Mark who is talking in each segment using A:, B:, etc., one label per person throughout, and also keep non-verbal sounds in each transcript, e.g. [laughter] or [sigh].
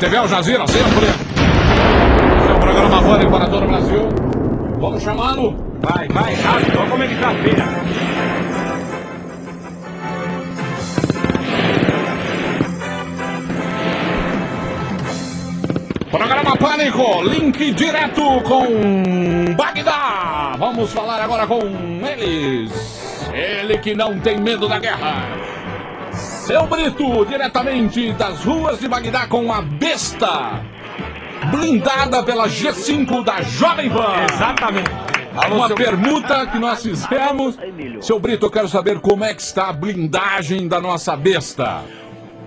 A: TV Ah, Al Jazeera sempre. Esse é o programa Vôlei para todo o Brasil. Vamos chamando. Vai, vai, rápido, como ele tá Programa Pânico, link direto com Bagdá. Vamos falar agora com eles. Ele que não tem medo da guerra. Seu Brito, diretamente das ruas de Bagdá com a besta, blindada pela G5 da Jovem Pan.
B: Exatamente.
A: Uma permuta que nós fizemos. Seu Brito, eu quero saber como é que está a blindagem da nossa besta.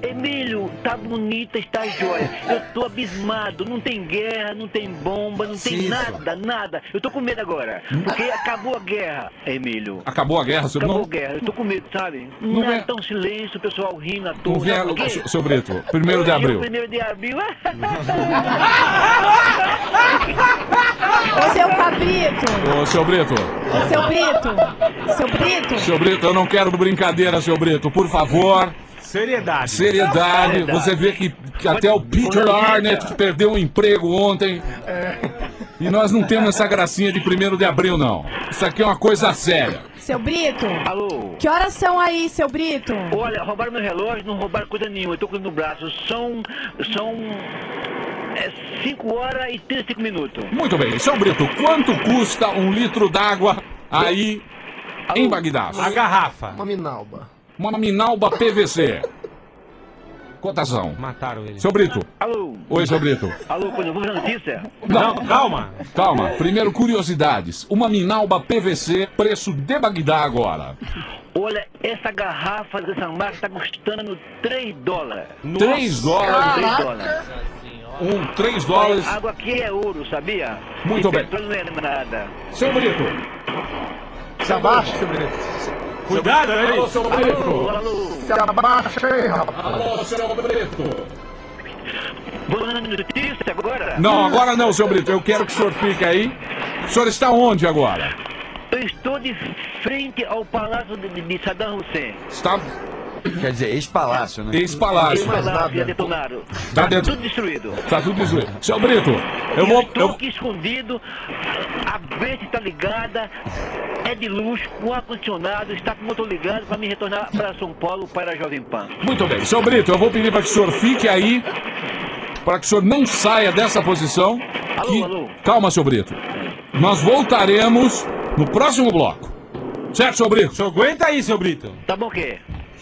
C: Emílio, tá bonita, está jóia. Eu tô abismado. Não tem guerra, não tem bomba, não tem
A: Sim.
C: nada, nada. Eu tô com medo agora. Porque acabou a guerra, Emílio.
A: Acabou a guerra, seu
C: Acabou
A: não-
C: a guerra. Eu tô com medo, sabe?
A: Não
C: Nada,
A: vem-
C: tá um silêncio, o pessoal rindo à toa.
A: Não vem,
C: sabe por quê?
A: seu- seu Brito, primeiro
C: Hoje
A: de
C: é o
A: abril.
C: Primeiro de abril. [laughs]
D: Ô, seu cabrito!
A: Ô, seu Brito,
D: Ô, seu Brito! Seu Brito!
A: seu Brito, eu não quero brincadeira, seu Brito, por favor.
B: Seriedade.
A: Seriedade, você vê que, que até o Peter Arnett que perdeu um emprego ontem. E nós não temos essa gracinha de 1 de abril, não. Isso aqui é uma coisa séria.
D: Seu Brito!
C: Alô?
D: Que horas são aí, seu Brito?
C: Olha, roubaram meu relógio, não roubaram coisa nenhuma. Eu tô com ele no braço. São. São. 5 horas e 35 minutos.
A: Muito bem, seu Brito, quanto custa um litro d'água aí em Bagdá?
B: A garrafa.
E: Uma minalba.
A: Uma Minalba PVC. Cotação.
B: Mataram ele.
A: Seu Brito.
C: Alô?
A: Oi, seu Brito.
C: Alô, quando eu vou fazer notícia?
A: Não, calma. Calma. Primeiro, curiosidades. Uma Minalba PVC, preço de Bagdá agora.
C: Olha, essa garrafa dessa marca tá custando 3 dólares.
A: 3 dólares.
C: 3 dólares.
A: Um, 3 dólares.
C: A água aqui é ouro, sabia?
A: Muito
C: e
A: bem.
C: petróleo não é nada.
A: Seu Brito.
E: Se abaixa, seu Brito.
B: Cuidado, né?
A: Alô, seu Brito.
E: Se abaixa aí, rapaz.
A: Alô, seu Brito.
C: Vou dando notícia agora?
A: Não, agora não, seu Brito. Eu quero que o senhor fique aí. O senhor está onde agora?
C: Eu estou de frente ao palácio de, de, de Saddam Hussein.
A: Está
F: Quer dizer, ex-palácio, né?
A: ex-palácio.
C: Os palácios já detonaram.
A: Tá dentro.
C: Tudo destruído.
A: Está tudo isso. Seu Brito, eu
C: Eu
A: vou.
C: estou
A: Eu...
C: aqui escondido, a besta está ligada, é de luxo, com ar-condicionado, está com o motor ligado para me retornar para São Paulo, para a Jovem Pan.
A: Muito bem. Seu Brito, eu vou pedir para que o senhor fique aí. Para que o senhor não saia dessa posição. que-
C: alô.
A: Calma, seu Brito. Nós voltaremos no próximo bloco. Certo, seu Brito?
B: Só aguenta aí, seu Brito.
C: Tá bom o quê?
A: O